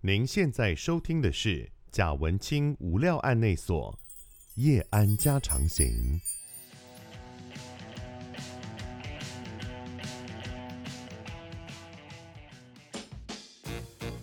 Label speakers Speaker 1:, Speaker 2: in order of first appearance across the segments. Speaker 1: 您现在收听的是贾文清无料案内所夜安家常行。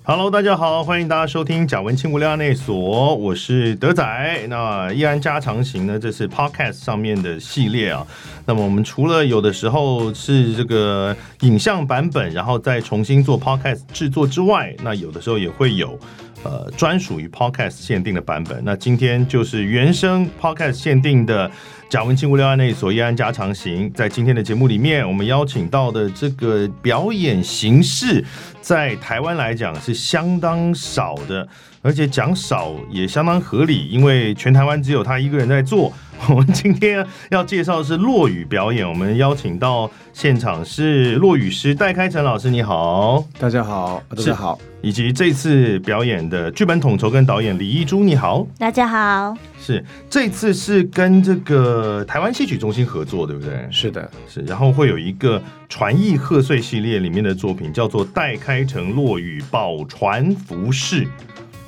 Speaker 1: Hello，大家好，欢迎大家收听贾文清无料案内所，我是德仔。那夜安家常行呢，这是 Podcast 上面的系列啊。那么我们除了有的时候是这个影像版本，然后再重新做 podcast 制作之外，那有的时候也会有呃专属于 podcast 限定的版本。那今天就是原生 podcast 限定的贾文清无聊案内所夜安家常行，在今天的节目里面，我们邀请到的这个表演形式，在台湾来讲是相当少的。而且讲少也相当合理，因为全台湾只有他一个人在做。 我们今天要介绍的是落雨表演，我们邀请到现场是落雨师戴开成老师，你好，
Speaker 2: 大家好，大
Speaker 1: 是
Speaker 2: 家好，
Speaker 1: 以及这次表演的剧本统筹跟导演李一珠，你好。
Speaker 3: 大家好，
Speaker 1: 是这次是跟这个台湾戏曲中心合作，对不对？
Speaker 2: 是的，
Speaker 1: 是，然后会有一个传艺贺岁系列里面的作品，叫做《戴开成落雨宝船服饰》。嗯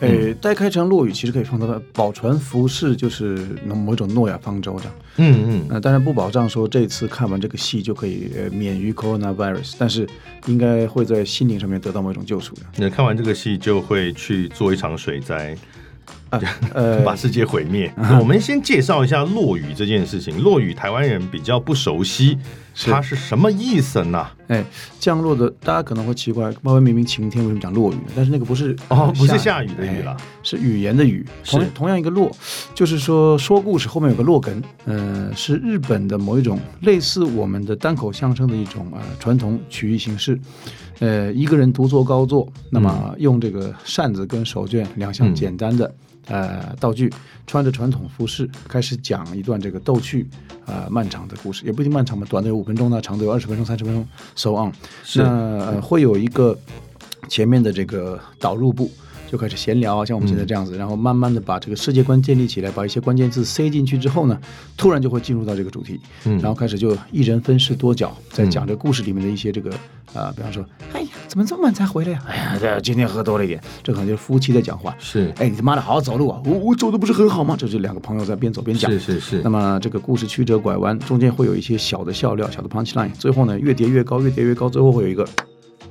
Speaker 2: 呃，戴开成落雨其实可以放到宝船服饰，就是能某种诺亚方舟的。
Speaker 1: 嗯嗯，
Speaker 2: 那当然不保障说这次看完这个戏就可以呃免于 coronavirus，但是应该会在心灵上面得到某种救赎的。
Speaker 1: 那看完这个戏就会去做一场水灾，把
Speaker 2: 呃，
Speaker 1: 世界毁灭。我们先介绍一下落雨这件事情。落雨台湾人比较不熟悉，
Speaker 2: 是
Speaker 1: 它是什么意思呢？
Speaker 2: 哎，降落的大家可能会奇怪，外面明明晴天，为什么讲落雨呢？但是那个不是
Speaker 1: 哦，不是
Speaker 2: 下哎
Speaker 1: 下雨的雨啦，
Speaker 2: 是语言的语，
Speaker 1: 是
Speaker 2: 同同样一个落，就是说说故事后面有个落根，呃，是日本的某一种类似我们的单口相声的一种呃传统曲艺形式，呃，一个人独坐高坐，那么用这个扇子跟手绢两项
Speaker 1: 嗯
Speaker 2: 简单的。呃，道具穿着传统服饰，开始讲一段这个逗趣，呃，漫长的故事，也不一定漫长吧，短的有五分钟呢，长的有二十分钟、三十分钟，so on。
Speaker 1: 是
Speaker 2: 那呃会有一个前面的这个导入部。就开始闲聊啊，像我们现在这样子，然后慢慢的把这个世界观建立起来，把一些关键字塞进去之后呢，突然就会进入到这个主题，
Speaker 1: 嗯
Speaker 2: 然后开始就一人分饰多角，在讲这故事里面的一些这个啊、呃比方说，哎呀，怎么这么晚才回来呀、哎呀，这今天喝多了一点，这可能就是夫妻在讲话。
Speaker 1: 是
Speaker 2: 哎，你他妈的好好走路啊！我我走的不是很好吗？这就两个朋友在边走边讲。
Speaker 1: 是是是
Speaker 2: 那，么这个故事曲折拐弯，中间会有一些小的笑料、小的 punch line，最后呢越叠越高，越叠越高，最后会有一个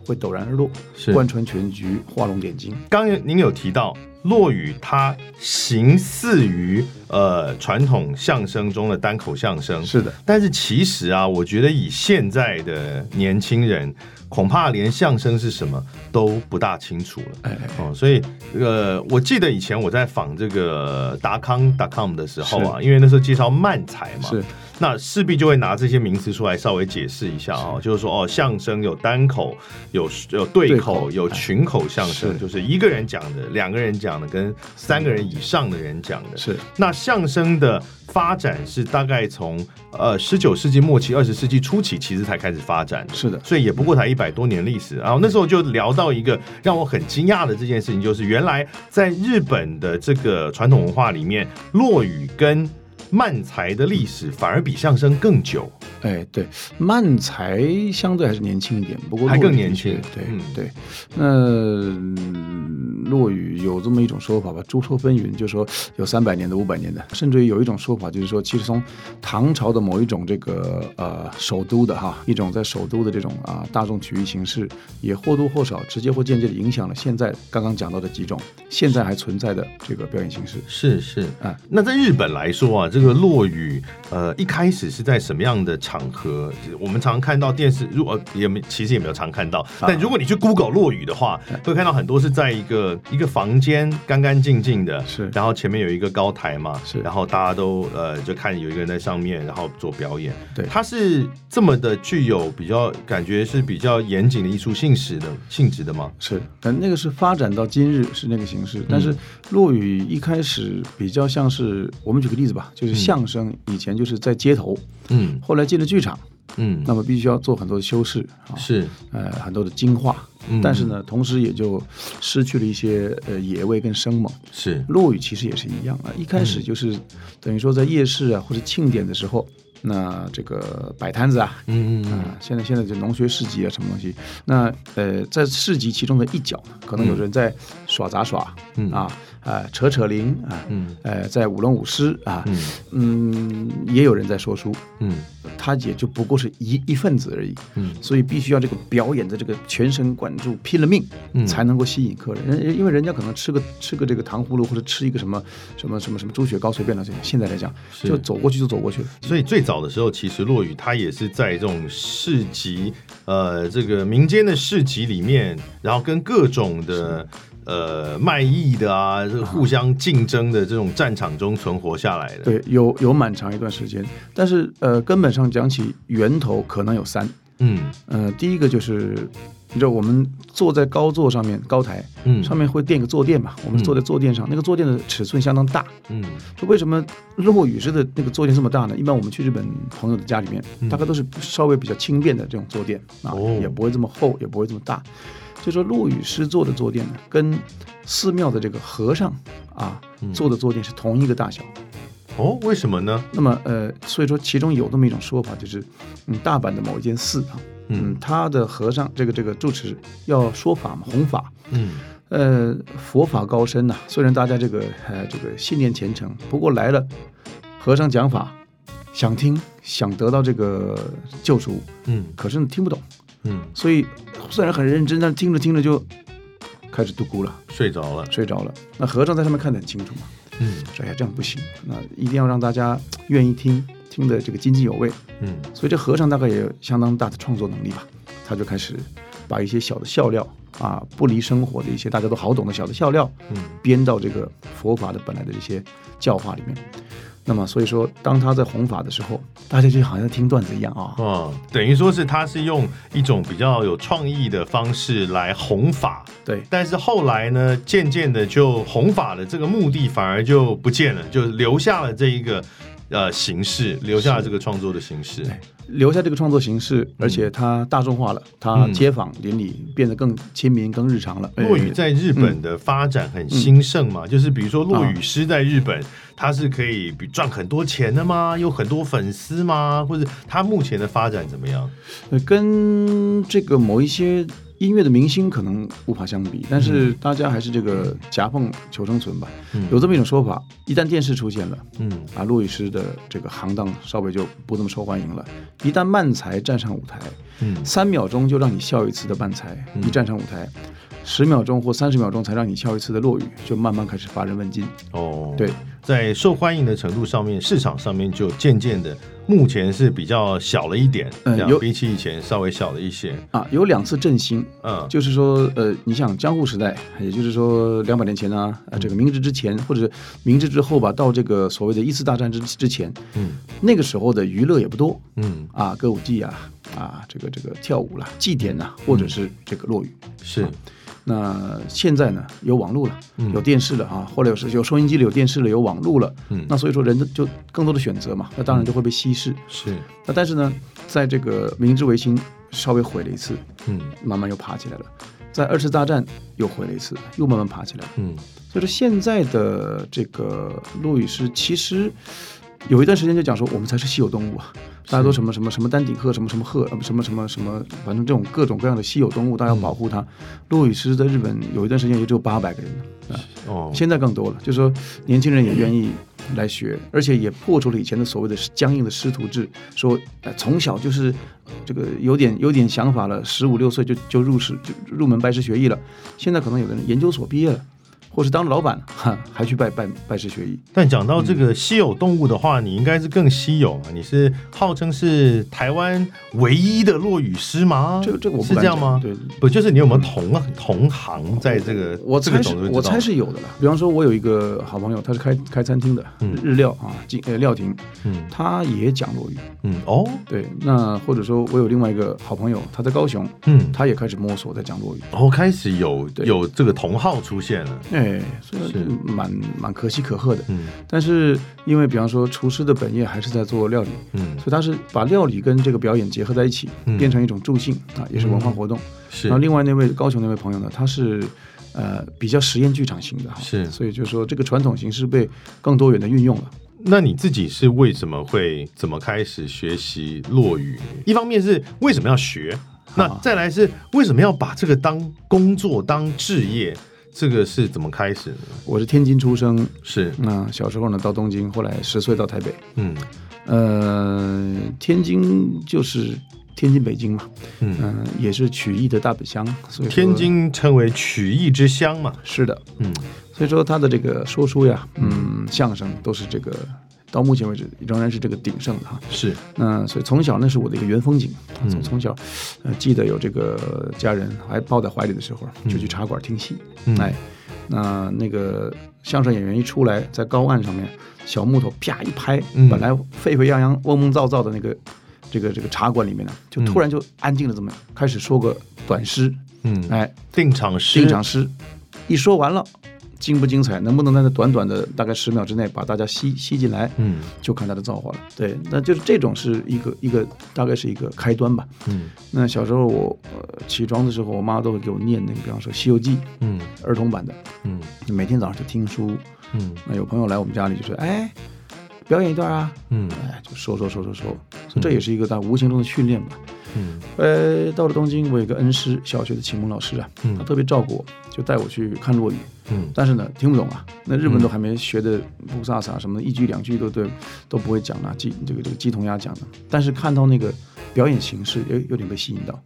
Speaker 2: 会陡然而落，
Speaker 1: 是
Speaker 2: 贯穿全局，画龙点睛。
Speaker 1: 刚刚您有提到落雨，它形似于呃传统相声中的单口相声，
Speaker 2: 是的，
Speaker 1: 但是其实啊，我觉得以现在的年轻人，恐怕连相声是什么都不大清楚了。
Speaker 2: 哎哎
Speaker 1: 哦，所以呃，我记得以前我在访这个达康 .com 的时候啊，因为那时候介绍漫才嘛，
Speaker 2: 是
Speaker 1: 那势必就会拿这些名词出来稍微解释一下啊、就是说哦，相声有单口，有有对
Speaker 2: 对
Speaker 1: 口，
Speaker 2: 口哎
Speaker 1: 有群口相声，
Speaker 2: 是
Speaker 1: 就是一个人讲的、两个人讲的跟三个人以上的人讲的。
Speaker 2: 是
Speaker 1: 那相声的发展是大概从呃十九世纪末期、二十世纪初期其实才开始发展的，
Speaker 2: 是的
Speaker 1: 所以也不过才一百多年历史。啊然后那时候就聊到一个让我很惊讶的这件事情，就是原来在日本的这个传统文化里面，落语跟漫才的历史反而比相声更久，
Speaker 2: 哎，对，漫才相对还是年轻一点，不过
Speaker 1: 还
Speaker 2: 落
Speaker 1: 更
Speaker 2: 雨
Speaker 1: 年
Speaker 2: 的确
Speaker 1: 轻
Speaker 2: 对、
Speaker 1: 嗯
Speaker 2: 对，那嗯落雨有这么一种说法吧，诸说纷纭，就说有三百年的、五百年的，甚至于有一种说法就是说，其实从唐朝的某一种这个呃首都的哈，一种在首都的这种啊、大众曲艺形式，也或多或少直接或间接的影响了现在刚刚讲到的几种现在还存在的这个表演形式。
Speaker 1: 是是
Speaker 2: 啊。
Speaker 1: 那在日本来说啊，这个落雨，呃，一开始是在什么样的场合？我们常看到电视，如果呃也没其实也没有常看到，
Speaker 2: 啊
Speaker 1: 但如果你去 Google 落雨的话，会看到很多是在一个一个房间干干净净的，
Speaker 2: 是
Speaker 1: 然后前面有一个高台嘛，
Speaker 2: 是
Speaker 1: 然后大家都呃就看有一个人在上面，然后做表演。
Speaker 2: 对
Speaker 1: 它是这么的具有比较感觉是比较严谨的艺术性质的性质的吗？
Speaker 2: 是，但那个是发展到今日是那个形式，但
Speaker 1: 嗯
Speaker 2: 是落雨一开始比较像是，我们举个例子吧，就是相声以前就是在街头，
Speaker 1: 嗯
Speaker 2: 后来进了剧场，
Speaker 1: 嗯，
Speaker 2: 那么必须要做很多的修饰啊，
Speaker 1: 是
Speaker 2: 呃，很多的精化
Speaker 1: 嗯，
Speaker 2: 但是呢，同时也就失去了一些呃野味跟生猛。
Speaker 1: 是嗯
Speaker 2: 落雨其实也是一样啊，一开始就是等于说在夜市啊或者庆典的时候，那这个摆摊子啊，
Speaker 1: 嗯
Speaker 2: 啊、现在现在就农学市集啊，什么东西？那呃，在市集其中的一角，可能有人在耍杂耍，
Speaker 1: 嗯
Speaker 2: 啊，呃，扯扯铃啊，
Speaker 1: 嗯
Speaker 2: 呃，在舞龙舞狮啊，
Speaker 1: 嗯
Speaker 2: 嗯，也有人在说书，
Speaker 1: 嗯
Speaker 2: 他也就不过是一一份子而已，
Speaker 1: 嗯
Speaker 2: 所以必须要这个表演的这个全神贯注，拼了命，
Speaker 1: 嗯
Speaker 2: 才能够吸引客人。人人因为人家可能吃个吃个这个糖葫芦或者吃一个什么什么什么什么猪血糕，随便的，现在来讲
Speaker 1: 是
Speaker 2: 就走过去就走过去了。
Speaker 1: 所以最早的时候，其实落雨他也是在这种市集，呃，这个民间的市集里面，然后跟各种的呃卖艺的啊，这个互相竞争的这种战场中存活下来的。，
Speaker 2: 对，有有蛮长一段时间，但是呃，根本上讲起源头可能有三，
Speaker 1: 嗯
Speaker 2: 呃，第一个就是，你知道我们坐在高座上面，高台
Speaker 1: 嗯
Speaker 2: 上面会垫个坐垫嘛，我们坐在坐垫上，那个坐垫的尺寸相当大，
Speaker 1: 嗯
Speaker 2: 说为什么落雨式的那个坐垫这么大呢？一般我们去日本朋友的家里面，大概都是稍微比较轻便的这种坐垫啊，
Speaker 1: 嗯哦
Speaker 2: 也不会这么厚，也不会这么大。就说落雨师做的坐垫呢，跟寺庙的这个和尚啊
Speaker 1: 嗯
Speaker 2: 做的坐垫是同一个大小。
Speaker 1: 哦，为什么呢？
Speaker 2: 那么呃，所以说其中有这么一种说法，就是嗯，大阪的某一间寺啊，
Speaker 1: 嗯
Speaker 2: 嗯，他的和尚这个这个住持要说法嘛，弘法。
Speaker 1: 嗯
Speaker 2: 呃，佛法高深呐、虽然大家这个呃这个信念虔诚，不过来了，和尚讲法，想听想得到这个救赎，
Speaker 1: 嗯
Speaker 2: 可是听不懂，
Speaker 1: 嗯，
Speaker 2: 所以虽然很认真，但听着听着就开始嘟咕了，
Speaker 1: 睡着了。
Speaker 2: 睡着了。那和尚在上面看得很清楚嘛，
Speaker 1: 嗯
Speaker 2: 说哎呀这样不行，那一定要让大家愿意听，听得这个津津有味。
Speaker 1: 嗯
Speaker 2: 所以这和尚大概也有相当大的创作能力吧，他就开始把一些小的笑料啊，不离生活的一些大家都好懂的小的笑料，
Speaker 1: 嗯，
Speaker 2: 编到这个佛法的本来的这些教化里面。那么所以说，当他在弘法的时候，大家就好像听段子一样啊。
Speaker 1: 哦，等于说是他是用一种比较有创意的方式来弘法，
Speaker 2: 对，
Speaker 1: 但是后来呢，渐渐的就弘法的这个目的反而就不见了，就留下了这一个呃形式，留下了这个创作的形式。
Speaker 2: 留下这个创作形式，而且他大众化了，他
Speaker 1: 嗯
Speaker 2: 街坊邻里变得更亲民、更日常了。哎
Speaker 1: 落语在日本的发展很兴盛
Speaker 2: 嗯
Speaker 1: 嘛，就是比如说落语师在日本，他是可以比赚很多钱的吗？有很多粉丝吗？或者他目前的发展怎么样？
Speaker 2: 呃，跟这个某一些音乐的明星可能无法相比，但是大家还是这个夹缝求生存吧。
Speaker 1: 嗯
Speaker 2: 有这么一种说法，一旦电视出现了，
Speaker 1: 嗯
Speaker 2: 啊，骆雨诗的这个行当稍微就不那么受欢迎了。一旦慢才站上舞台，
Speaker 1: 嗯
Speaker 2: 三秒钟就让你笑一次的慢才，
Speaker 1: 嗯
Speaker 2: 一站上舞台，十秒钟或三十秒钟才让你笑一次的落雨，就慢慢开始乏人问津。
Speaker 1: 哦，
Speaker 2: 对，
Speaker 1: 在受欢迎的程度上面，市场上面就渐渐的，目前是比较小了一点，
Speaker 2: 嗯
Speaker 1: 这样
Speaker 2: 有
Speaker 1: 比起以前稍微小了一些。
Speaker 2: 啊，有两次振兴，
Speaker 1: 嗯，
Speaker 2: 就是说，呃，你想江户时代，也就是说两百年前啊，呃这个明治之前或者是明治之后吧，到这个所谓的一次大战之之前，
Speaker 1: 嗯
Speaker 2: 那个时候的娱乐也不多
Speaker 1: 嗯，
Speaker 2: 啊，歌舞伎啊，啊，这个这个跳舞啦、祭典呐、或
Speaker 1: 嗯
Speaker 2: 者是这个落语。
Speaker 1: 是，
Speaker 2: 那现在呢，有网络了
Speaker 1: 嗯，
Speaker 2: 有电视了啊，或者有时有收音机了，有电视了，有网络了，
Speaker 1: 嗯
Speaker 2: 那所以说人就就更多的选择嘛，那当然就会被稀释。
Speaker 1: 是，
Speaker 2: 那但是呢，在这个明治维新稍微毁了一次，
Speaker 1: 嗯
Speaker 2: 慢慢又爬起来了。在二次大战又回了一次，又慢慢爬起来了。
Speaker 1: 嗯
Speaker 2: 所以说现在的这个落语师，其实有一段时间就讲说我们才是稀有动物啊，大家都什么什么什么丹顶鹤，什么什么鹤，呃什么什么什么，反正这种各种各样的稀有动物，大家要保护它。落语师在日本有一段时间也只有八百个人啊，
Speaker 1: 哦，
Speaker 2: 现在更多了，就是说年轻人也愿意来学，而且也破除了以前的所谓的僵硬的师徒制，说呃从小就是呃这个有点有点想法了，十五六岁就就入师就入门拜师学艺了。现在可能有的人研究所毕业了，或是当了老板，哈，还去拜拜拜师学艺。
Speaker 1: 但讲到这
Speaker 2: 嗯
Speaker 1: 个稀有动物的话，你应该是更稀有嘛？你是号称是台湾唯一的落雨师吗？
Speaker 2: 这个这个我
Speaker 1: 哦
Speaker 2: 不
Speaker 1: 是
Speaker 2: 敢
Speaker 1: 这样
Speaker 2: 讲
Speaker 1: 吗？
Speaker 2: 对
Speaker 1: 不就是你有没有同啊同行在这个
Speaker 2: 我
Speaker 1: 这个
Speaker 2: 猜是
Speaker 1: 种族
Speaker 2: 我猜是有的了。比方说，我有一个好朋友，他是开开餐厅的，
Speaker 1: 嗯
Speaker 2: 日料啊，金呃廖婷，
Speaker 1: 嗯
Speaker 2: 他也讲落语。
Speaker 1: 嗯哦
Speaker 2: 对，那或者说我有另外一个好朋友，他在高雄，
Speaker 1: 嗯，
Speaker 2: 他也开始摸索在讲落语。
Speaker 1: 然后开始有
Speaker 2: 对
Speaker 1: 有这个同号出现了，
Speaker 2: 哎，所以
Speaker 1: 是
Speaker 2: 蛮蛮可喜可贺的。
Speaker 1: 嗯
Speaker 2: 但是因为比方说厨师的本业还是在做料理，
Speaker 1: 嗯
Speaker 2: 所以他是把料理跟这个表演结合在一起，
Speaker 1: 嗯
Speaker 2: 变成一种助兴啊，也是文化活动。
Speaker 1: 是
Speaker 2: 然后另外那位高雄那位朋友呢，他是。呃，比较实验剧场型的哈，
Speaker 1: 是
Speaker 2: 所以就是说这个传统形式被更多元的运用了。
Speaker 1: 那你自己是为什么会怎么开始学习落语？一方面是为什么要学，那再来是为什么要把这个当工作当置业？这个是怎么开始的？
Speaker 2: 我是天津出生，
Speaker 1: 是，
Speaker 2: 那小时候呢到东京，后来十岁到台北。
Speaker 1: 嗯
Speaker 2: 呃，天津就是天津北京嘛，
Speaker 1: 嗯，
Speaker 2: 嗯、也是曲艺的大本乡，所以说
Speaker 1: 天津称为曲艺之乡嘛，
Speaker 2: 是的，
Speaker 1: 嗯
Speaker 2: 所以说他的这个说书呀，嗯，相声都是这个到目前为止仍然是这个鼎盛的哈。
Speaker 1: 是，
Speaker 2: 嗯，所以从小那是我的一个原风景，啊
Speaker 1: 嗯
Speaker 2: 从从小，呃，记得有这个家人还抱在怀里的时候，就去茶馆听戏，
Speaker 1: 嗯
Speaker 2: 哎，那那个相声演员一出来，在高岸上面，小木头啪一拍，
Speaker 1: 嗯
Speaker 2: 本来沸沸扬扬、嗡嗡噪噪的那个这个这个茶馆里面呢，就突然就安静了，这么开始说个短诗，
Speaker 1: 嗯，
Speaker 2: 哎，
Speaker 1: 定场诗，
Speaker 2: 定场诗，一说完了，精不精彩，能不能在那短短的大概十秒之内把大家吸吸进来，
Speaker 1: 嗯
Speaker 2: 就看他的造化了。对，那就是这种是一个一个大概是一个开端吧。
Speaker 1: 嗯
Speaker 2: 那小时候我呃起床的时候，我妈都会给我念那个，比方说《西游记
Speaker 1: 嗯》
Speaker 2: 儿童版的，
Speaker 1: 嗯
Speaker 2: 就每天早上就听书。
Speaker 1: 嗯
Speaker 2: 那有朋友来我们家里就说：“哎，表演一段啊。”
Speaker 1: 嗯
Speaker 2: 哎，就说说说说说，所以这也是一个在无形中的训练吧。
Speaker 1: 嗯
Speaker 2: 呃，到了东京，我有一个恩师，小学的启蒙老师啊，
Speaker 1: 嗯
Speaker 2: 他特别照顾我，就带我去看落雨。
Speaker 1: 嗯
Speaker 2: 但是呢，听不懂啊，那日文都还没学的不飒飒什么的，一句两句都对都不会讲啊，鸡这个这个鸡同鸭讲的。但是看到那个表演形式，有有点被吸引到。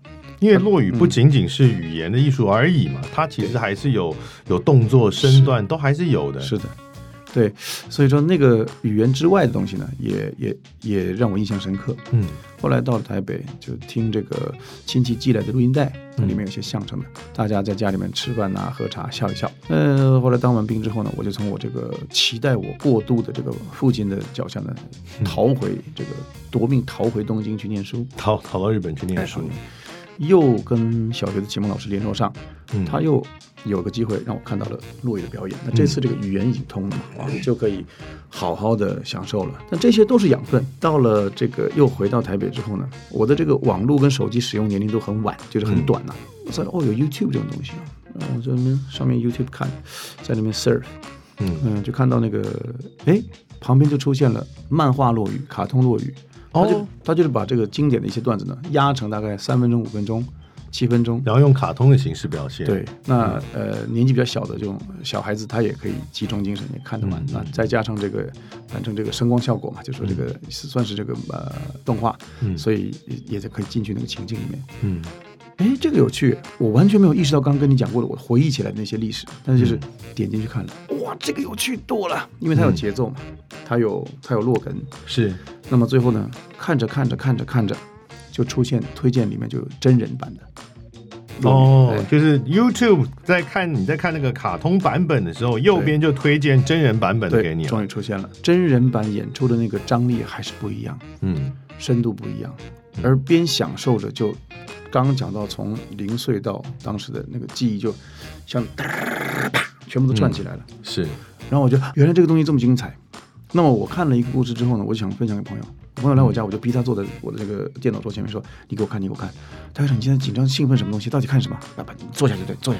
Speaker 1: 因为落语不仅仅是语言的艺术而已嘛，它其实还是有有动作、身段都还嗯是有的。
Speaker 2: 是的，对，所以说那个语言之外的东西呢，也也也让我印象深刻。
Speaker 1: 嗯
Speaker 2: 后来到了台北，就听这个亲戚寄来的录音带，那里面有些相声的，大家在家里面吃饭呐、喝茶笑一笑。呃，后来当完兵之后呢，我就从我这个期待我过度的这个父亲的脚下呢，逃回这个夺命逃回东京去念书，
Speaker 1: 逃逃到日本去念书，
Speaker 2: 又跟小学的启蒙老师联络上，
Speaker 1: 嗯
Speaker 2: 他又有个机会让我看到了落雨的表演。那这次这个语言已经通了嘛，哇，就可以好好的享受了。但这些都是养分。到了这个又回到台北之后呢，我的这个网络跟手机使用年龄都很晚，就是很短呐、我在哦有 YouTube 这种东西啊，然后我在那边上面 YouTube 看，在那边 surf，
Speaker 1: 嗯，
Speaker 2: 嗯，就看到那个哎旁边就出现了漫画落雨、卡通落雨。他就
Speaker 1: 哦
Speaker 2: 他就是把这个经典的一些段子呢，压成大概三分钟、五分钟、七分钟，
Speaker 1: 然后用卡通的形式表现。
Speaker 2: 对，，那呃年纪比较小的这种小孩子，他也可以集中精神，也看得
Speaker 1: 嗯
Speaker 2: 完。那再加上这个，反正这个声光效果嘛，就说这个是算是这个呃动画，
Speaker 1: 嗯
Speaker 2: 所以也也就可以进去那个情境里面。
Speaker 1: 嗯
Speaker 2: 哎，这个有趣，我完全没有意识到刚刚跟你讲过的，我回忆起来的那些历史，但是就是
Speaker 1: 嗯
Speaker 2: 点进去看了，哇，这个有趣多了，因为它有节奏嘛，它有它有落根。
Speaker 1: 是，
Speaker 2: 那么最后呢，看着看着看着看着，就出现推荐里面就有真人版的。
Speaker 1: 哦
Speaker 2: 哎，
Speaker 1: 就是 YouTube 在看你在看那个卡通版本的时候，右边就推荐真人版本的
Speaker 2: 对，
Speaker 1: 给你了。
Speaker 2: 终于出现了真人版演出的那个张力还是不一样，
Speaker 1: 嗯
Speaker 2: 深度不一样，而边享受着就。刚刚讲到从零岁到当时的那个记忆，就像 哒啪，全部都串起来了。
Speaker 1: 是，
Speaker 2: 然后我就原来这个东西这么精彩。那么我看了一个故事之后呢，我就想分享给朋友。我朋友来我家，我就逼他坐在我的这个电脑桌前面说：“你给我看，你给我看。”他就说：“你现在紧张兴奋什么东西？到底看什么？”爸爸，你坐下就对，坐下。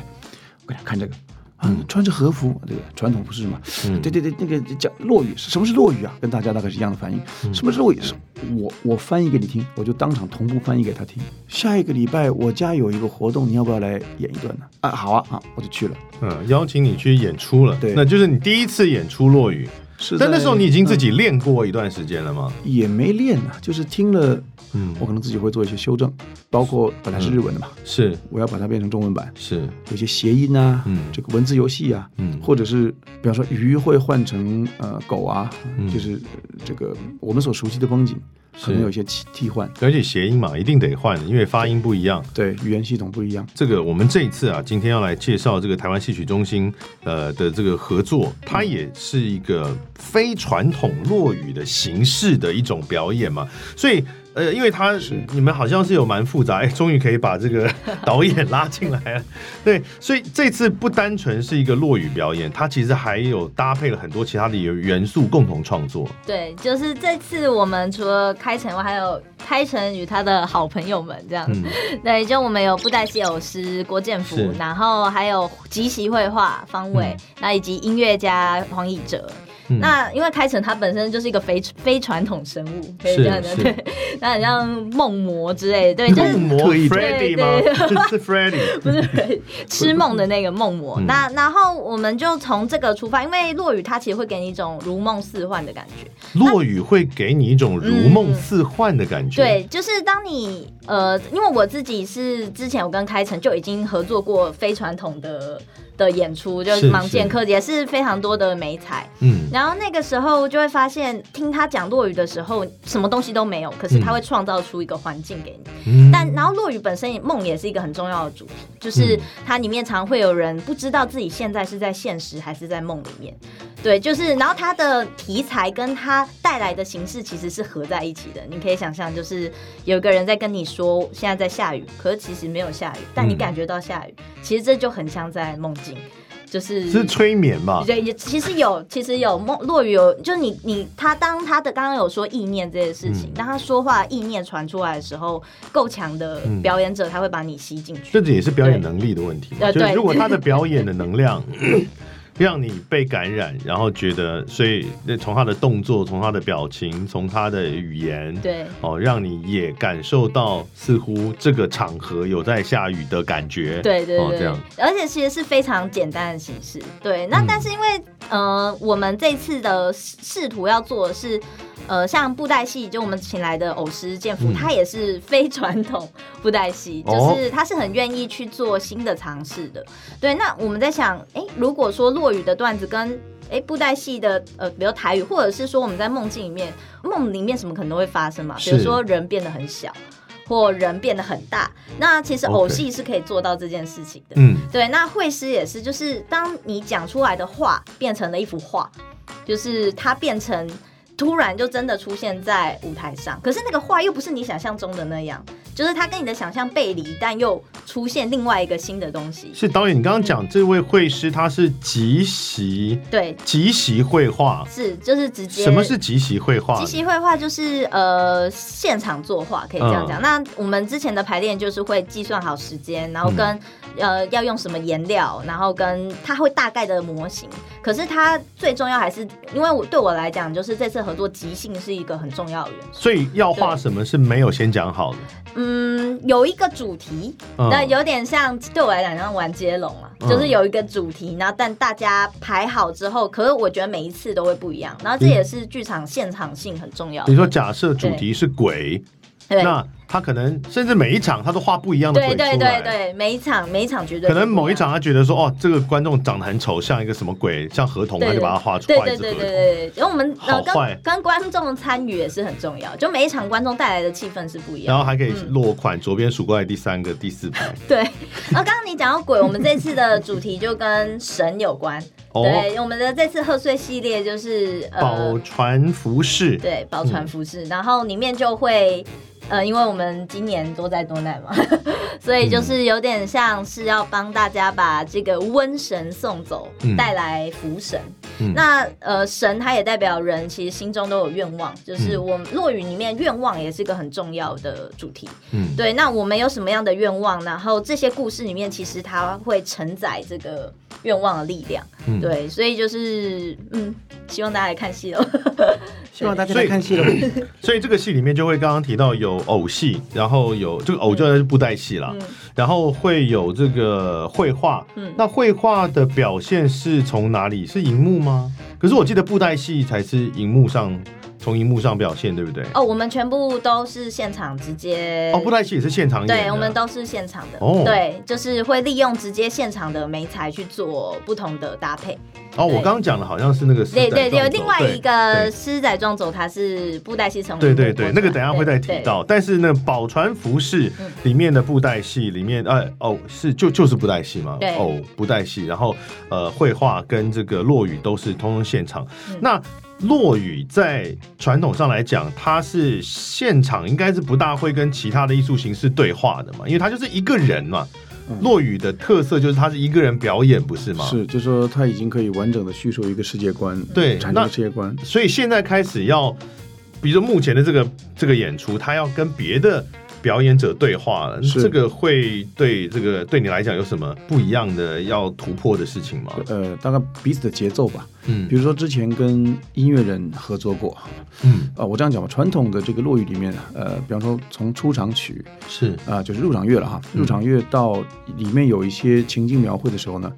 Speaker 2: 我给他看这个。啊，穿着和服，这个传统服饰嘛，对对对，那个讲落语，什么是落语啊？跟大家大概是一样的反应。什么是落语？是我我翻译给你听，我就当场同步翻译给他听。下一个礼拜我家有一个活动，你要不要来演一段呢？啊，好啊，啊，我就去了。
Speaker 1: 嗯，邀请你去演出了，
Speaker 2: 对
Speaker 1: 那就是你第一次演出落语。
Speaker 2: 是在，
Speaker 1: 但那时候你已经自己练过一段时间了吗？
Speaker 2: 也没练呢、就是听了，
Speaker 1: 嗯
Speaker 2: 我可能自己会做一些修正，包括本来是日文的嘛，
Speaker 1: 是
Speaker 2: 我要把它变成中文版，
Speaker 1: 是，
Speaker 2: 有些谐音啊，
Speaker 1: 嗯
Speaker 2: 这个文字游戏啊，
Speaker 1: 嗯
Speaker 2: 或者是比方说鱼会换成呃狗啊，
Speaker 1: 嗯
Speaker 2: 就是呃这个我们所熟悉的风景，可能有一些替替换，
Speaker 1: 而且谐音嘛，一定得换，因为发音不一样。
Speaker 2: 对，语言系统不一样，
Speaker 1: 这个我们这一次啊，今天要来介绍这个台湾戏曲中心呃的这个合作，它也是一个非传统落语的形式的一种表演嘛，所以。呃，因为它你们好像是有蛮复杂，哎，终于可以把这个导演拉进来了，啊 对，所以这次不单纯是一个落语表演，它其实还有搭配了很多其他的元元素共同创作，
Speaker 3: 对，就是这次我们除了开城外，还有开成与他的好朋友们这样。
Speaker 1: 嗯，
Speaker 3: 对，就我们有布袋戏偶师郭建福
Speaker 1: 是，
Speaker 3: 然后还有即席绘画方伟，那、以及音乐家黄以哲。
Speaker 1: 嗯
Speaker 3: 那因为开成他本身就是一个非非传统生物，可以
Speaker 1: 是
Speaker 3: 这样讲，
Speaker 1: 是
Speaker 3: 对， 那很像梦魔之类的，对，就是
Speaker 1: 梦魔
Speaker 2: 特意
Speaker 1: Freddy 吗？ 是 Freddy，
Speaker 3: 不是吃梦的那个梦魔。
Speaker 1: 嗯
Speaker 3: 那然后我们就从这个出发，因为落雨它其实会给你一种如梦似幻的感觉。
Speaker 1: 落雨会给你一种如梦似幻的感觉。
Speaker 3: 嗯对，就是当你呃，因为我自己是之前我跟开成就已经合作过非传统的的演出，就是
Speaker 1: 是
Speaker 3: 盲剑
Speaker 1: 是
Speaker 3: 客也是非常多的美彩。
Speaker 1: 嗯，
Speaker 3: 然后那个时候就会发现，听他讲落雨的时候，什么东西都没有，可是他会创造出一个环境给你。
Speaker 1: 嗯
Speaker 3: 但然后落雨本身也梦也是一个很重要的主题，就是
Speaker 1: 嗯
Speaker 3: 它里面常会有人不知道自己现在是在现实还是在梦里面，对，就是然后它的题材跟它带来的形式其实是合在一起的。你可以想象，就是有一个人在跟你说现在在下雨，可是其实没有下雨，但你
Speaker 1: 嗯
Speaker 3: 感觉到下雨，其实这就很像在梦境，就是
Speaker 1: 是催眠吧？
Speaker 3: 对，也其实有，其实有梦落雨有，就你你他当他的刚刚有说意念这件事情，
Speaker 1: 嗯
Speaker 3: 当他说话意念传出来的时候，够强的
Speaker 1: 嗯
Speaker 3: 表演者他会把你吸进去。
Speaker 1: 这也是表演能力的问题嘛。
Speaker 3: 对呃
Speaker 1: 就是
Speaker 3: 对
Speaker 1: 如果他的表演的能量 让你被感染，然后觉得，所以呃从他的动作、从他的表情、从他的语言，
Speaker 3: 对
Speaker 1: 哦，让你也感受到似乎这个场合有在下雨的感觉。
Speaker 3: 对对
Speaker 1: 哦，
Speaker 3: 对
Speaker 1: 这样。
Speaker 3: 而且其实是非常简单的形式。对，那
Speaker 1: 嗯
Speaker 3: 但是因为、呃，我们这次的试试图要做的是。呃，像布袋戏，就我们请来的偶师建福，
Speaker 1: 嗯
Speaker 3: 他也是非传统布袋 戏，
Speaker 1: 哦
Speaker 3: 就是他是很愿意去做新的尝试的。对，那我们在想，哎、如果说落雨的段子跟哎、诶布袋戏的呃，比如台语，或者是说我们在梦境里面，梦里面什么可能都会发生嘛？比如
Speaker 1: 是
Speaker 3: 说人变得很小，或人变得很大，那其实偶
Speaker 1: OK
Speaker 3: 戏是可以做到这件事情的。
Speaker 1: 嗯，
Speaker 3: 对，那绘师也是，就是当你讲出来的话变成了一幅画，就是它变成突然就真的出现在舞台上，可是那个画又不是你想象中的那样，就是它跟你的想象背离，但又出现另外一个新的东西。
Speaker 1: 是导演，你刚刚讲这位绘师，他是即席
Speaker 3: 对，
Speaker 1: 即席绘画。
Speaker 3: 是就是直接
Speaker 1: 什么是即席绘画
Speaker 3: 即？席绘画就是呃现场作画，可以这样
Speaker 1: 嗯
Speaker 3: 讲。那我们之前的排练就是会计算好时间，然后跟、
Speaker 1: 嗯
Speaker 3: 呃要用什么颜料，然后跟它会大概的模型。可是它最重要还是因为我对我来讲，就是这次合作即兴是一个很重要的元素。
Speaker 1: 所以要画什么是没有先讲好的。
Speaker 3: 嗯，有一个主题，
Speaker 1: 嗯
Speaker 3: 那、有点像对我来讲像玩接龙啊，
Speaker 1: 嗯
Speaker 3: 就是有一个主题，然后但大家排好之后，可是我觉得每一次都会不一样，然后这也是剧场现场性很重要
Speaker 1: 嗯
Speaker 3: 的。
Speaker 1: 你说假设主题是鬼，
Speaker 3: 对。
Speaker 1: 那他可能甚至每一场他都画不一样的鬼
Speaker 3: 对
Speaker 1: 出来。
Speaker 3: 对对对，每一场每一场绝
Speaker 1: 可
Speaker 3: 对不
Speaker 1: 能
Speaker 3: 一样
Speaker 1: 某一场他觉得说，哦，这个观众长得很丑，像一个什么鬼，像河童，
Speaker 3: 对
Speaker 1: 他就把它画出
Speaker 3: 对
Speaker 1: 画一
Speaker 3: 对
Speaker 1: 只河
Speaker 3: 对对
Speaker 1: 童。
Speaker 3: 对，因为我们呃
Speaker 1: 好坏
Speaker 3: 跟跟观众参与也是很重要，就每一场观众带来的气氛是不一
Speaker 1: 然
Speaker 3: 样
Speaker 1: 后。还可以
Speaker 3: 嗯
Speaker 1: 落款，左边数过来第三个、第四排。
Speaker 3: 对，然后刚刚你讲到鬼，我们这次的主题就跟神有关。
Speaker 1: 哦，
Speaker 3: 对，我们的这次贺岁系列就是
Speaker 1: 宝
Speaker 3: 呃，
Speaker 1: 船服饰。
Speaker 3: 对宝船服饰，然后里面就会呃，因为我们今年多灾多难嘛， 所以
Speaker 1: 嗯
Speaker 3: 就是有点像是要帮大家把这个瘟神送走
Speaker 1: 嗯，
Speaker 3: 带来福神。
Speaker 1: 嗯
Speaker 3: 那呃，神它也代表人，其实心中都有愿望，就是
Speaker 1: 嗯
Speaker 3: 我们落雨里面愿望也是一个很重要的主题。
Speaker 1: 嗯，
Speaker 3: 对，那我们有什么样的愿望？然后这些故事里面，其实它会承载这个愿望的力量。
Speaker 1: 嗯
Speaker 3: 对，所以就是嗯，希望大家来看戏喽。
Speaker 2: 希望大家
Speaker 1: 所以
Speaker 2: 来看戏了。
Speaker 1: 所以这个戏里面就会刚刚提到有偶戏，然后有这个偶就是布袋戏啦，
Speaker 3: 嗯
Speaker 1: 然后会有这个绘画。
Speaker 3: 嗯
Speaker 1: 那绘画的表现是从哪里？是荧幕吗？可是我记得布袋戏才是荧幕上从荧幕上表现，对不对？
Speaker 3: 哦，我们全部都是现场直接
Speaker 1: 哦，布袋戏也是现场演的。
Speaker 3: 对，我们都是现场的。
Speaker 1: 哦
Speaker 3: 对，就是会利用直接现场的媒材去做不同的搭配。
Speaker 1: 哦，我刚刚讲的好像是那个
Speaker 3: 对对对，有
Speaker 1: 有
Speaker 3: 另外一个
Speaker 1: 对
Speaker 3: 狮仔撞走，它是布袋戏成
Speaker 1: 对对对，那个等一下会再提。到。但是呢，宝船服饰
Speaker 3: 嗯
Speaker 1: 里面的布袋戏里面，呃，哦，是就就是布袋戏嘛
Speaker 3: 对，
Speaker 1: 哦，布袋戏，然后呃，绘画跟这个落雨都是通通现场。
Speaker 3: 嗯
Speaker 1: 那落雨在传统上来讲，它是现场应该是不大会跟其他的艺术形式对话的嘛，因为它就是一个人嘛。
Speaker 2: 嗯
Speaker 1: 落雨的特色就是它是一个人表演，不是吗？。
Speaker 2: 是，就说他已经可以完整的叙述一个世界观，
Speaker 1: 对
Speaker 2: 产生
Speaker 1: 那
Speaker 2: 一个世界观。
Speaker 1: 所以现在开始要比如说目前的这个这个演出，他要跟别的表演者对话了，
Speaker 2: 是
Speaker 1: 这个会对这个对你来讲有什么不一样的要突破的事情吗？
Speaker 2: 呃，大概彼此的节奏吧。
Speaker 1: 啊嗯
Speaker 2: 比如说之前跟音乐人合作过，
Speaker 1: 嗯，
Speaker 2: 啊、我这样讲吧，传统的这个落语里面，呃，比方说从出场曲
Speaker 1: 是
Speaker 2: 啊、就是入场乐了哈，入场乐到里面有一些情境描绘的时候呢，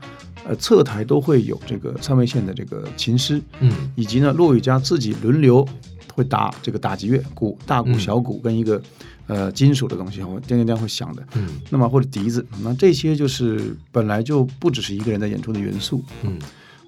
Speaker 2: 呃，侧台都会有这个三味线的这个琴师，
Speaker 1: 嗯
Speaker 2: 以及呢，落雨家自己轮流会打这个打击乐，鼓、大鼓、
Speaker 1: 嗯
Speaker 2: 小鼓跟一个、呃金属的东西，我叮叮叮会响的。
Speaker 1: 嗯
Speaker 2: 那么或者笛子，那这些就是本来就不只是一个人在演出的元素，
Speaker 1: 嗯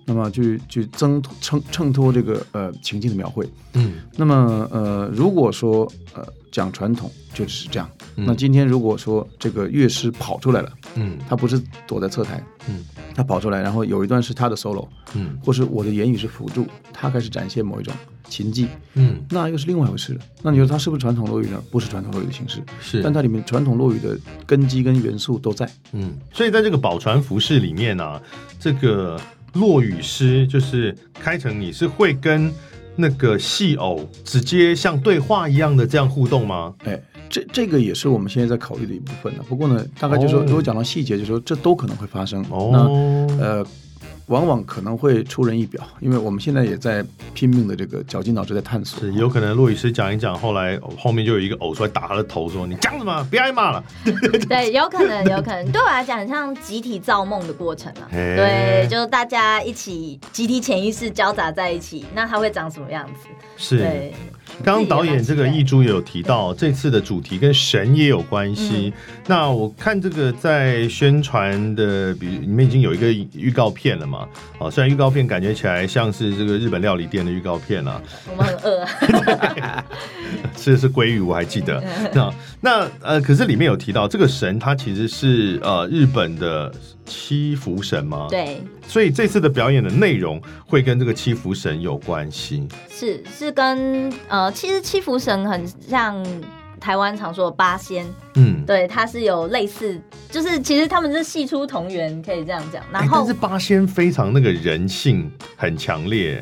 Speaker 2: 那么去去增衬衬托这个呃情境的描绘。
Speaker 1: 嗯
Speaker 2: 那么呃，如果说呃讲传统就只是这样，
Speaker 1: 嗯
Speaker 2: 那今天如果说这个乐师跑出来了，
Speaker 1: 嗯
Speaker 2: 他不是躲在侧台，
Speaker 1: 嗯
Speaker 2: 他跑出来，然后有一段是他的 solo，
Speaker 1: 嗯
Speaker 2: 或是我的言语是辅助，他开始展现某一种琴技，
Speaker 1: 嗯，
Speaker 2: 那又是另外一回事了。那你说它是不是传统落语呢？不是传统落语的形式，
Speaker 1: 是
Speaker 2: 但它里面传统落语的根基跟元素都在。
Speaker 1: 嗯，所以在这个宝船服饰里面呢、啊这个落雨师就是开成，你是会跟那个戏偶直接像对话一样的这样互动吗？
Speaker 2: 哎，这这个也是我们现在在考虑的一部分呢。不过呢，大概就是说，
Speaker 1: 哦
Speaker 2: 如果讲到细节，就是说这都可能会发生。那
Speaker 1: 哦，
Speaker 2: 呃，往往可能会出人意表，因为我们现在也在拼命的这个绞尽脑汁在探索。
Speaker 1: 是有可能落雨师讲一讲，后来后面就有一个偶出来打他的头，说你这样子嘛，别挨骂了。
Speaker 3: 对，有可能，有可能，对我来讲，很像集体造梦的过程啊。
Speaker 1: 嘿
Speaker 3: 对，就是大家一起集体潜意识交杂在一起，那它会长什么样子？
Speaker 1: 是，
Speaker 3: 对，
Speaker 1: 刚刚导演这个易珠也有提到，这次的主题跟神也有关
Speaker 3: 嗯
Speaker 1: 系。那我看这个在宣传的，比如你们已经有一个预告片了嘛？啊，虽然预告片感觉起来像是这个日本料理店的预告片啊，
Speaker 3: 我们很饿啊。
Speaker 1: 是是鲑鱼，我还记得。
Speaker 3: 嗯
Speaker 1: 那那呃，可是里面有提到这个神，它其实是呃日本的七福神吗？。
Speaker 3: 对，
Speaker 1: 所以这次的表演的内容会跟这个七福神有关系。
Speaker 3: 是是跟呃，其实七福神很像台湾常说的八仙，
Speaker 1: 嗯。
Speaker 3: 对，它是有类似，就是其实他们是系出同源，可以这样讲。然
Speaker 1: 哎但
Speaker 3: 后
Speaker 1: 是八仙非常那个人性很强烈，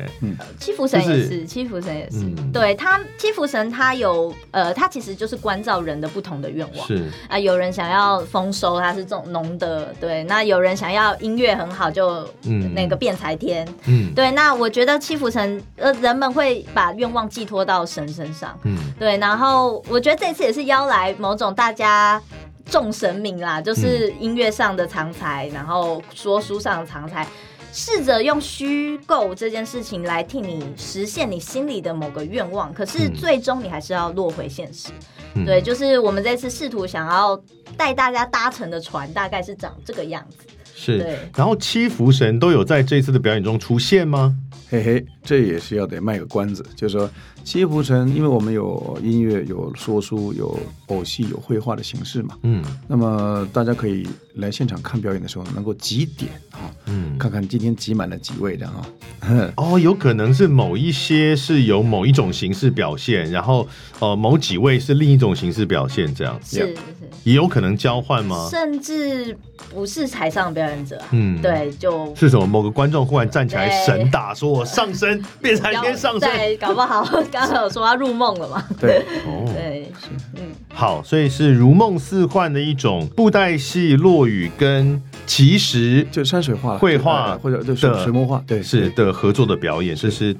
Speaker 3: 七福神
Speaker 1: 就是
Speaker 3: 也是，七福神也是，
Speaker 1: 嗯
Speaker 3: 对他七福神他有呃，他其实就是关照人的不同的愿望。
Speaker 1: 是
Speaker 3: 啊，有人想要丰收，它是这种农的，对。那有人想要音乐很好，就
Speaker 1: 嗯
Speaker 3: 那个变财天，
Speaker 1: 嗯
Speaker 3: 对。那我觉得七福神，呃，人们会把愿望寄托到神身上，
Speaker 1: 嗯
Speaker 3: 对。然后我觉得这次也是邀来某种大家。众神明啦，就是音乐上的常才，然后说书上的常才，试着用虚构这件事情来替你实现你心里的某个愿望，可是
Speaker 1: 嗯
Speaker 3: 最终你还是要落回现实。
Speaker 1: 嗯
Speaker 3: 对，就是我们这次试图想要带大家搭乘的船，大概是长这个样子。
Speaker 1: 是
Speaker 3: 对。
Speaker 1: 然后七福神都有在这次的表演中出现吗？
Speaker 2: 嘿嘿，这也是要得卖个关子，就是说七福神，因为我们有音乐、有说书、有偶戏、有绘画的形式嘛。
Speaker 1: 嗯
Speaker 2: 那么大家可以来现场看表演的时候，能够集点啊，
Speaker 1: 嗯。
Speaker 2: 看看今天集满了几位这样啊。
Speaker 1: 哦，有可能是某一些是有某一种形式表现，然后呃某几位是另一种形式表现，这样
Speaker 3: 是
Speaker 2: Yeah
Speaker 3: 是是，
Speaker 1: 也有可能交换吗？
Speaker 3: 甚至不是台上表演者啊，
Speaker 1: 嗯，。
Speaker 3: 对，就是
Speaker 1: 什么？某个观众忽然站起来
Speaker 3: 对
Speaker 1: 神打，说我上身变才
Speaker 3: 要
Speaker 1: 天上身。
Speaker 3: 对，搞不好 刚刚有说要入梦了嘛，
Speaker 2: 对，
Speaker 1: 哦
Speaker 3: 对，嗯，
Speaker 1: 好，所以是如梦似幻的一种布袋戏、落雨跟其实
Speaker 2: 就山水画、
Speaker 1: 绘画
Speaker 2: 呃或者对水
Speaker 1: 的
Speaker 2: 水墨画，对
Speaker 1: 是的合作的表演，这是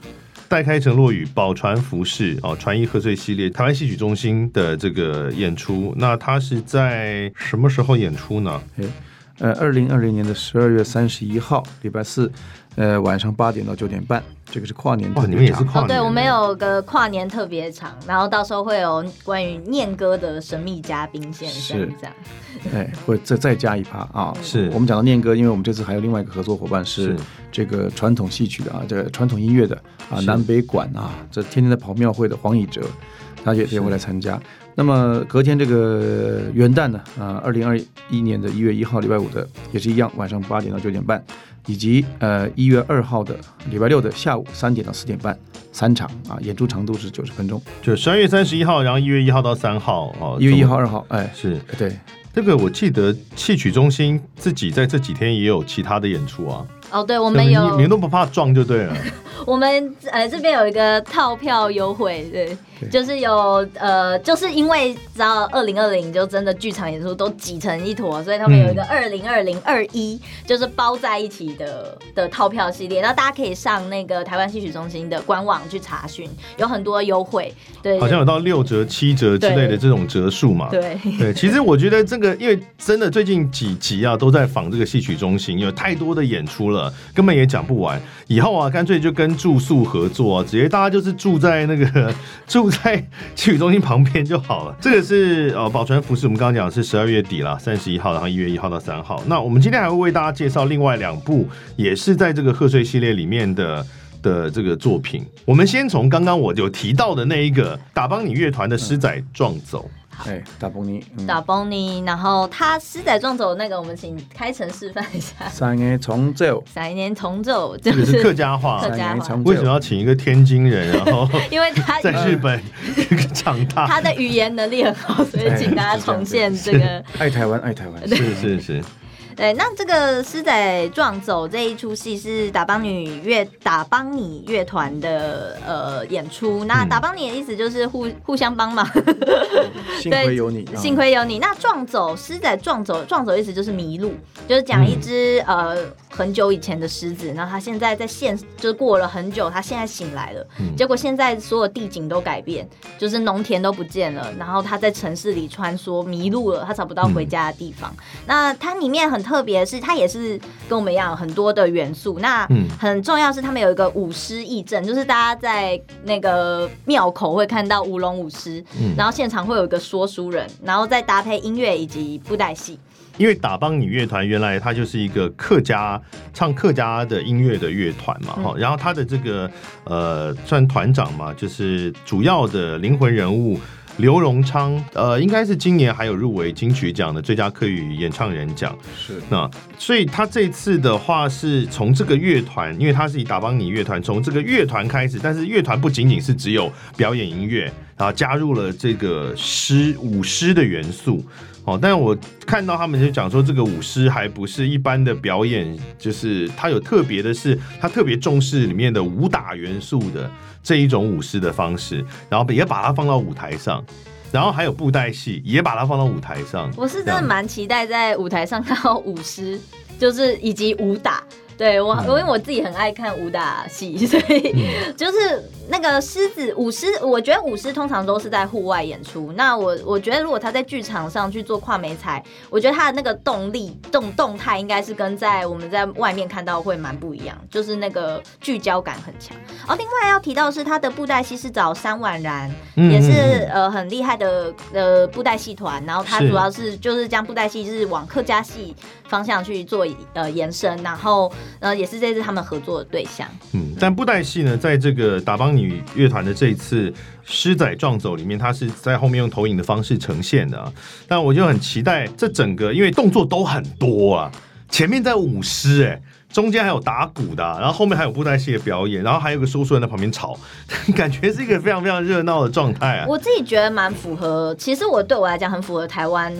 Speaker 1: 戴开成落雨宝船服饰哦，传艺贺岁系列台湾戏曲中心的这个演出。那它是在什么时候演出呢？
Speaker 2: 呃，二零二零年的十二月三十一号，礼拜四，呃，晚上八点到九点半，这个是跨年
Speaker 1: 哇，
Speaker 2: 特别
Speaker 1: 你们也是
Speaker 2: 场
Speaker 1: 跨
Speaker 3: 哦，
Speaker 1: 年？
Speaker 3: 对，我们。有个跨年特别场，然后到时候会有关于念歌的神秘嘉宾现身
Speaker 2: 是，
Speaker 3: 这样，
Speaker 2: 哎，会再再加一趴啊！
Speaker 1: 是
Speaker 2: 我们讲到念歌，因为我们这次还有另外一个合作伙伴是
Speaker 1: 是
Speaker 2: 这个传统戏曲的啊，这个传统音乐的啊，
Speaker 1: 是
Speaker 2: 南北管啊，这天天在跑庙会的黄以哲，他也也会来参加。那么隔天这个元旦呢，啊，二零二一年的一月一号礼拜五的也是一样，晚上八点到九点半，以及呃一月二号的礼拜六的下午三点到四点半，三场啊，演出长度是九十分钟，
Speaker 1: 就十二月三十一号，然后一月一号到三号哦，
Speaker 2: 一月一号、
Speaker 1: 总
Speaker 2: 二号，哎，
Speaker 1: 是
Speaker 2: 对，
Speaker 1: 这个，我记得戏曲中心自己在这几天也有其他的演出啊，
Speaker 3: 哦，对，我
Speaker 1: 我
Speaker 3: 们
Speaker 1: 你们
Speaker 3: 有
Speaker 1: 都不怕撞就对了。
Speaker 3: 我们呃这边有一个套票优惠，对，
Speaker 2: 对
Speaker 3: 就是有呃，就是因为知道二零二零就真的剧场演出都挤成一坨，所以他们
Speaker 1: 嗯
Speaker 3: 有一个二零二零二一，就是包在一起的的套票系列，然后大家可以上那个台湾戏曲中心的官网去查询，有很多优惠，对，
Speaker 1: 好像有到六折、七折之类的
Speaker 3: 对
Speaker 1: 这种折数嘛。
Speaker 3: 对。
Speaker 1: 对，其实我觉得这个，因为真的最近几集啊都在仿这个戏曲中心，有太多的演出了，根本也讲不完。以后啊，干脆就跟住宿合作、啊，直接大家就是住在那个 住在戏曲中心旁边就好了。这个是呃宝船服饰，我们刚刚讲的是十二月底啦，三十一号，然后一月一号到三号。那我们今天还会为大家介绍另外两部，也是在这个贺岁系列里面的。的这个作品，我们先从刚刚我有提到的那一个打帮你乐团的狮仔撞走，
Speaker 2: 哎，大鹏你，嗯
Speaker 3: 打崩你，然后他狮仔撞走那个，我们请开诚示范一下。
Speaker 2: 三个从走，
Speaker 3: 三年重走，就
Speaker 1: 这个是客
Speaker 3: 是
Speaker 1: 家话，啊
Speaker 3: 客家
Speaker 2: 三
Speaker 3: 话
Speaker 2: 个哎从
Speaker 1: 为什么要请一个天津人，然后
Speaker 3: 因为他
Speaker 1: 在日本长大？
Speaker 3: 他的语言能力很好，所以请大家重现这
Speaker 1: 哎
Speaker 3: 个。
Speaker 2: 爱台湾，爱台湾，
Speaker 1: 是是是，
Speaker 3: 对，那这个狮仔撞走这一出戏是打帮女乐打帮你乐团的呃演出。那
Speaker 1: 嗯
Speaker 3: 打帮你的意思就是互互相帮忙，
Speaker 2: 幸
Speaker 3: 对
Speaker 2: 亏有你，啊
Speaker 3: 幸亏有你。那撞走狮仔撞走撞走意思就是迷路，就是讲一只、呃很久以前的狮子，然后它现在在现就是过了很久，它现在醒来了，
Speaker 1: 嗯
Speaker 3: 结果现在所有地景都改变，就是农田都不见了，然后它在城市里穿梭迷路了，它找不到回家的地方。那它里面很特别的是，它也是跟我们一样有很多的元素。那
Speaker 1: 嗯
Speaker 3: 很重要是他们有一个舞狮义阵，就是大家在那个庙口会看到舞龙舞狮，
Speaker 1: 嗯
Speaker 3: 然后现场会有一个说书人，然后再搭配音乐以及布袋戏。
Speaker 1: 因为打帮你乐团原来它就是一个客家唱客家的音乐的乐团嘛，哈、然后它的这个呃算团长嘛，就是主要的灵魂人物。刘荣昌，呃，应该是今年还有入围金曲奖的最佳客语演唱人奖，
Speaker 2: 是
Speaker 1: 那所以他这次的话是从这个乐团，因为他是以打帮你乐团，从这个乐团开始，但是乐团不仅仅是只有表演音乐，然后加入了这个诗舞狮的元素。哦，但我看到他们就讲说，这个舞狮还不是一般的表演，就是它有特别的是，它特别重视里面的武打元素的这一种舞狮的方式，然后也把它放到舞台上，然后还有布袋戏也把它放到舞台上。
Speaker 3: 我是真
Speaker 1: 这
Speaker 3: 的
Speaker 1: 样
Speaker 3: 蛮期待在舞台上看到舞狮， 就是以及武打。对我，
Speaker 1: 嗯
Speaker 3: 因为我自己很爱看武打戏， 所以就是那个狮子舞狮，我觉得舞狮通常都是在户外演出。那我我觉得如果他在剧场上去做跨媒材，我觉得他的那个动力动动态应该是跟在我们在外面看到会蛮不一样，就是那个聚焦感很强。哦，另外要提到的是他的布袋戏是找三婉然，
Speaker 1: 嗯
Speaker 3: 也
Speaker 1: 嗯
Speaker 3: 是
Speaker 1: 嗯
Speaker 3: 呃很厉害的呃布袋戏团，然后它
Speaker 1: 是
Speaker 3: 主要是就是将布袋戏是往客家戏方向去做呃延伸，然后呃也是这次他们合作的对象。
Speaker 1: 嗯，但布袋戏呢，在这个打帮你乐团的这一次《狮仔撞走》里面，它是在后面用投影的方式呈现的、啊。但我就很期待这整个，因为动作都很多啊，前面在舞狮、哎，中间还有打鼓的啊、然后后面还有布袋戏的表演，然后还有个说书人在旁边吵， 感觉是一个非常非常热闹的状态啊。
Speaker 3: 我自己觉得蛮符合，其实我对我来讲很符合台湾。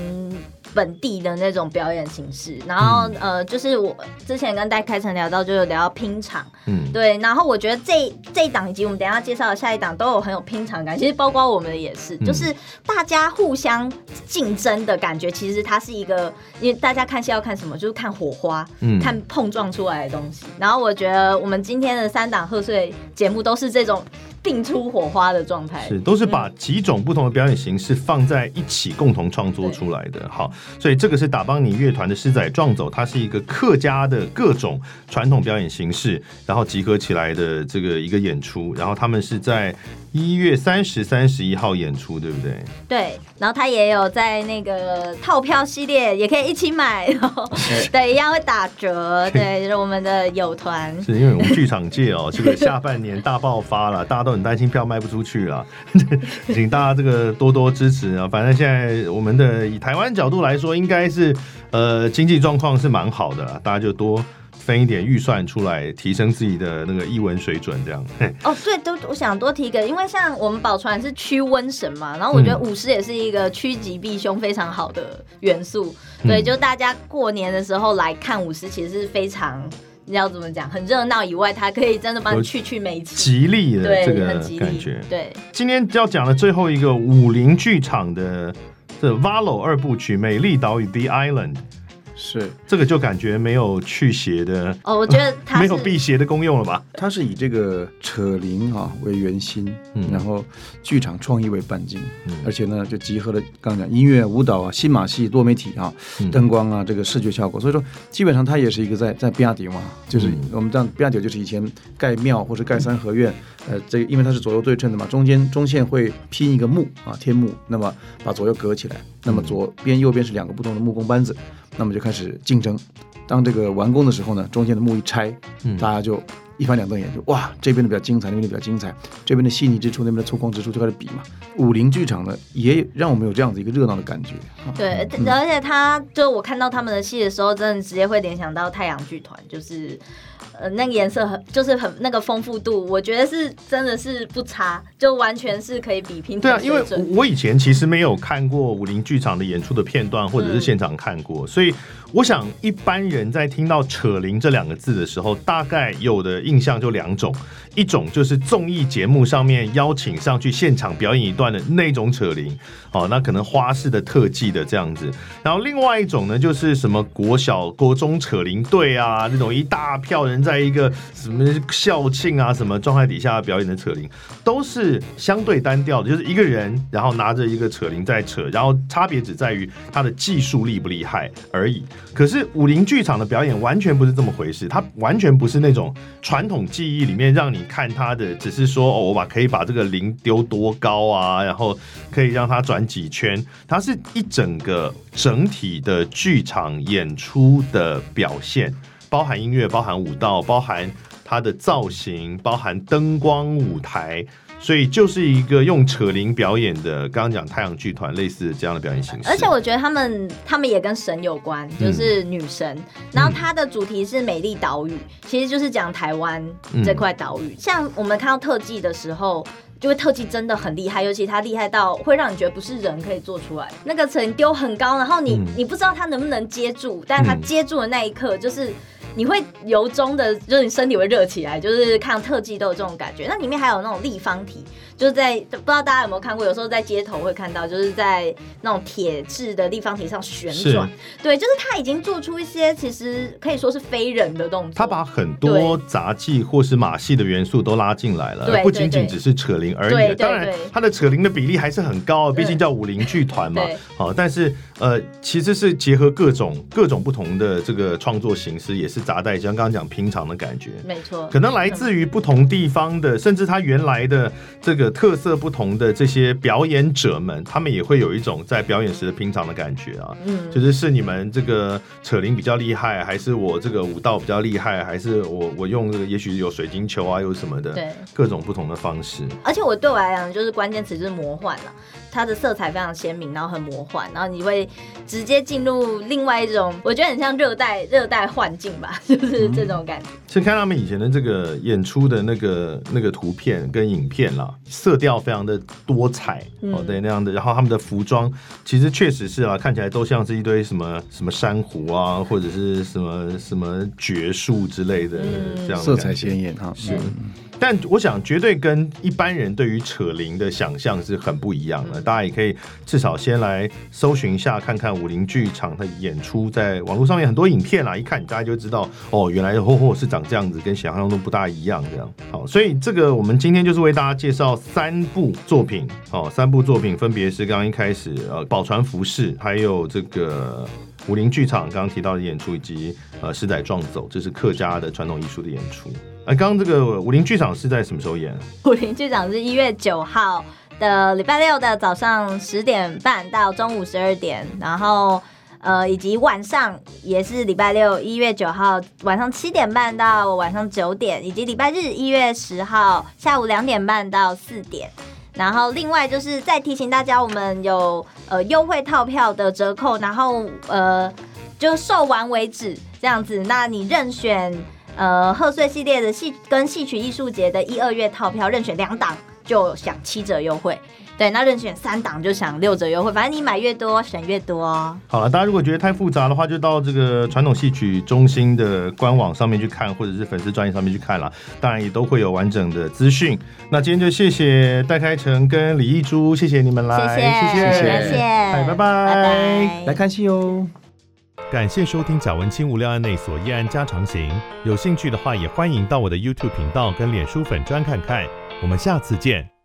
Speaker 3: 本地的那种表演形式，然后、
Speaker 1: 嗯
Speaker 3: 呃，就是我之前跟戴开成聊到，就有聊到拼场，
Speaker 1: 嗯，
Speaker 3: 对，然后我觉得这这一档以及我们等一下介绍的下一档都有很有拼场感，其实包括我们的也是，
Speaker 1: 嗯
Speaker 3: 就是大家互相竞争的感觉。其实它是一个，因为大家看戏要看什么，就是看火花，
Speaker 1: 嗯
Speaker 3: 看碰撞出来的东西。然后我觉得我们今天的三档贺岁节目都是这种并出火花的状态。
Speaker 1: 是，都是把几种不同的表演形式放在一起，共同创作出来的。好，所以这个是打帮你乐团的狮仔撞走，它是一个客家的各种传统表演形式，然后集合起来的这个一个演出。然后他们是在一月三十、三十一号演出，对不对？
Speaker 3: 对，然后他也有在那个套票系列，也可以一起买，然后
Speaker 1: 哎
Speaker 3: 对，一样会打折。对，就是我们的友团。
Speaker 1: 是因为我们剧场界哦，这个下半年大爆发了，大家都很担心票卖不出去了，请大家这个多多支持啊！反正现在我们的以台湾角度来说，应该是呃经济状况是蛮好的啦，大家就多分一点预算出来，提升自己的那个译文水准，这样。
Speaker 3: 哦，对，都我想多提一个，因为像我们宝船是驱瘟神嘛，然后我觉得
Speaker 1: 嗯
Speaker 3: 舞狮也是一个趋吉避凶非常好的元素，所以
Speaker 1: 嗯
Speaker 3: 就大家过年的时候来看舞狮，其实是非常要怎么讲，很热闹以外，它可以真的帮你去去霉气，
Speaker 1: 吉利的
Speaker 3: 对，
Speaker 1: 这个
Speaker 3: 很吉
Speaker 1: 感
Speaker 3: 利
Speaker 1: 觉。，
Speaker 3: 对，
Speaker 1: 今天要讲的最后一个武林剧场的这 Valo 二部曲《美丽岛与 The Island》，
Speaker 2: 是，
Speaker 1: 这个就感觉没有去邪的，
Speaker 3: 哦，我觉得它
Speaker 1: 啊没
Speaker 3: 是
Speaker 1: 有辟邪的功用了吧？
Speaker 2: 它是以这个扯铃啊为圆心，
Speaker 1: 嗯
Speaker 2: 然后剧场创意为半径，
Speaker 1: 嗯
Speaker 2: 而且呢就集合了刚刚讲音乐、舞蹈啊、新马戏、多媒体啊、
Speaker 1: 嗯
Speaker 2: 灯光啊这个视觉效果，所以说基本上它也是一个在在比亚迪嘛，就是
Speaker 1: 嗯
Speaker 2: 我们这样比亚迪就是以前盖庙或者盖三合院，呃，这个因为它是左右对称的嘛，中间中线会拼一个幕啊天幕，那么把左右隔起来，那
Speaker 1: 嗯
Speaker 2: 么左边右边是两个不同的木工班子，那么就开始竞争。当这个完工的时候呢，中间的幕一拆，
Speaker 1: 嗯
Speaker 2: 大家就一翻两瞪眼，就哇，这边的比较精彩，那边的比较精彩，这边的细腻之处，那边的粗犷之处，就开始比嘛。武林剧场呢，也让我们有这样子一个热闹的感觉。啊
Speaker 3: 对，
Speaker 1: 嗯
Speaker 3: 而且他就我看到他们的戏的时候，真的直接会联想到太阳剧团，就是呃那个颜色很，就是很那个丰富度，我觉得是真的是不差，就完全是可以比拼
Speaker 1: 对啊，
Speaker 3: 的
Speaker 1: 因为
Speaker 3: 水准。
Speaker 1: 我我以前其实没有看过武林剧场的演出的片段，或者
Speaker 3: 嗯
Speaker 1: 是现场看过，所以我想一般人在听到“扯铃”这两个字的时候，大概有的印象就两种，一种就是综艺节目上面邀请上去现场表演一段的那种扯铃，哦，那可能花式的特技的这样子，然后另外一种呢，就是什么国小、国中扯铃队啊，那种一大票人在一个什么校庆啊、什么状态底下表演的扯铃，都是相对单调的，就是一个人然后拿着一个扯铃在扯，然后差别只在于他的技术厉不厉害而已。可是武林剧场的表演完全不是这么回事，它完全不是那种传统技艺里面让你看他的，只是说哦，我把可以把这个铃丢多高啊，然后可以让它转几圈，它是一整个整体的剧场演出的表现，包含音乐，包含舞蹈，包含它的造型，包含灯光、舞台。所以就是一个用扯铃表演的，刚刚讲太阳剧团类似的这样的表演形式。
Speaker 3: 而且我觉得他们他们也跟神有关，
Speaker 1: 嗯
Speaker 3: 就是女神。然后它的主题是美丽岛屿，其实就是讲台湾
Speaker 1: 嗯
Speaker 3: 这块岛屿。像我们看到特技的时候。就会特技真的很厉害，尤其它厉害到会让你觉得不是人可以做出来。那个层丢很高，然后你、
Speaker 1: 嗯
Speaker 3: 你不知道它能不能接住，但是它
Speaker 1: 嗯
Speaker 3: 接住的那一刻，就是你会由衷的，就是你身体会热起来，就是看特技都有这种感觉。那里面还有那种立方体，就是在不知道大家有没有看过，有时候在街头会看到，就是在那种铁质的立方体上旋转。对，就是他已经做出一些其实可以说是非人的动作。
Speaker 1: 他把很多杂技或是马戏的元素都拉进来了，
Speaker 3: 对
Speaker 1: 而不仅
Speaker 3: 对
Speaker 1: 仅
Speaker 3: 对
Speaker 1: 只是扯铃而已。啊
Speaker 3: 对对
Speaker 1: 当然
Speaker 3: 对，
Speaker 1: 它的扯铃的比例还是很高，啊
Speaker 3: 对
Speaker 1: 毕竟叫武林剧团嘛
Speaker 3: 对。
Speaker 1: 好，但是呃，其实是结合各种各种不同的这个创作形式，也是杂带像刚刚讲平常的感觉。
Speaker 3: 没错，
Speaker 1: 可能来自于不同地方的，甚至他原来的这个特色不同的这些表演者们，他们也会有一种在表演时的平常的感觉啊。
Speaker 3: 嗯，
Speaker 1: 就是是你们这个扯铃比较厉害，还是我这个舞蹈比较厉害，还是我我用这个也许有水晶球啊，有什么的，
Speaker 3: 对。
Speaker 1: 各种不同的方式。
Speaker 3: 而且我对我来讲，就是关键词就是魔幻了。它的色彩非常鲜明，然后很魔幻，然后你会直接进入另外一种，我觉得很像热带热带幻境吧，
Speaker 1: 嗯
Speaker 3: 就是这种感觉。
Speaker 1: 先看他们以前的这个演出的那个那个图片跟影片啦，色调非常的多彩，
Speaker 3: 嗯
Speaker 1: 哦对那样的，然后他们的服装其实确实是啊，看起来都像是一堆什么什么珊瑚啊，或者是什么什么蕨树之类的、
Speaker 3: 嗯
Speaker 1: 这样的
Speaker 2: 色彩
Speaker 1: 感觉
Speaker 2: 鲜艳哈，嗯是
Speaker 1: 但我想，绝对跟一般人对于扯铃的想象是很不一样的。大家也可以至少先来搜寻一下，看看武林剧场的演出，在网络上面很多影片啊啦，一看大家就知道哦，原来的嚯嚯是长这样子，跟想象中不大一样。这样好，所以这个我们今天就是为大家介绍三部作品哦，三部作品分别是刚刚一开始呃宝船服饰，还有这个武林剧场刚刚提到的演出，以及呃狮仔撞走，这是客家的传统艺术的演出。哎，刚刚这个武林剧场是在什么时候演？
Speaker 3: 武林剧场是一月九号的礼拜六的早上十点半到中午十二点，然后呃以及晚上也是礼拜六一月九号晚上七点半到晚上九点，以及礼拜日一月十号下午两点半到四点。然后另外就是再提醒大家，我们有呃优惠套票的折扣，然后呃就售完为止这样子。那你任选呃贺岁系列的戏跟戏曲艺术节的一二月套票，任选两档就享七折优惠。对，那任选三档就享六折优惠，反正你买越多省越多哦。
Speaker 1: 好了，大家如果觉得太复杂的话，就到这个传统戏曲中心的官网上面去看，或者是粉丝专业上面去看啦。当然也都会有完整的资讯。那今天就谢谢戴开成跟李一珠，谢谢你们来，
Speaker 3: 谢
Speaker 1: 谢
Speaker 2: 谢
Speaker 3: 感谢，
Speaker 1: 哎拜拜
Speaker 3: 拜
Speaker 2: 来看戏哦。
Speaker 1: 感谢收听贾文清无聊案内所夜案家常行。有兴趣的话，也欢迎到我的 YouTube 频道跟脸书粉专看看。我们下次见。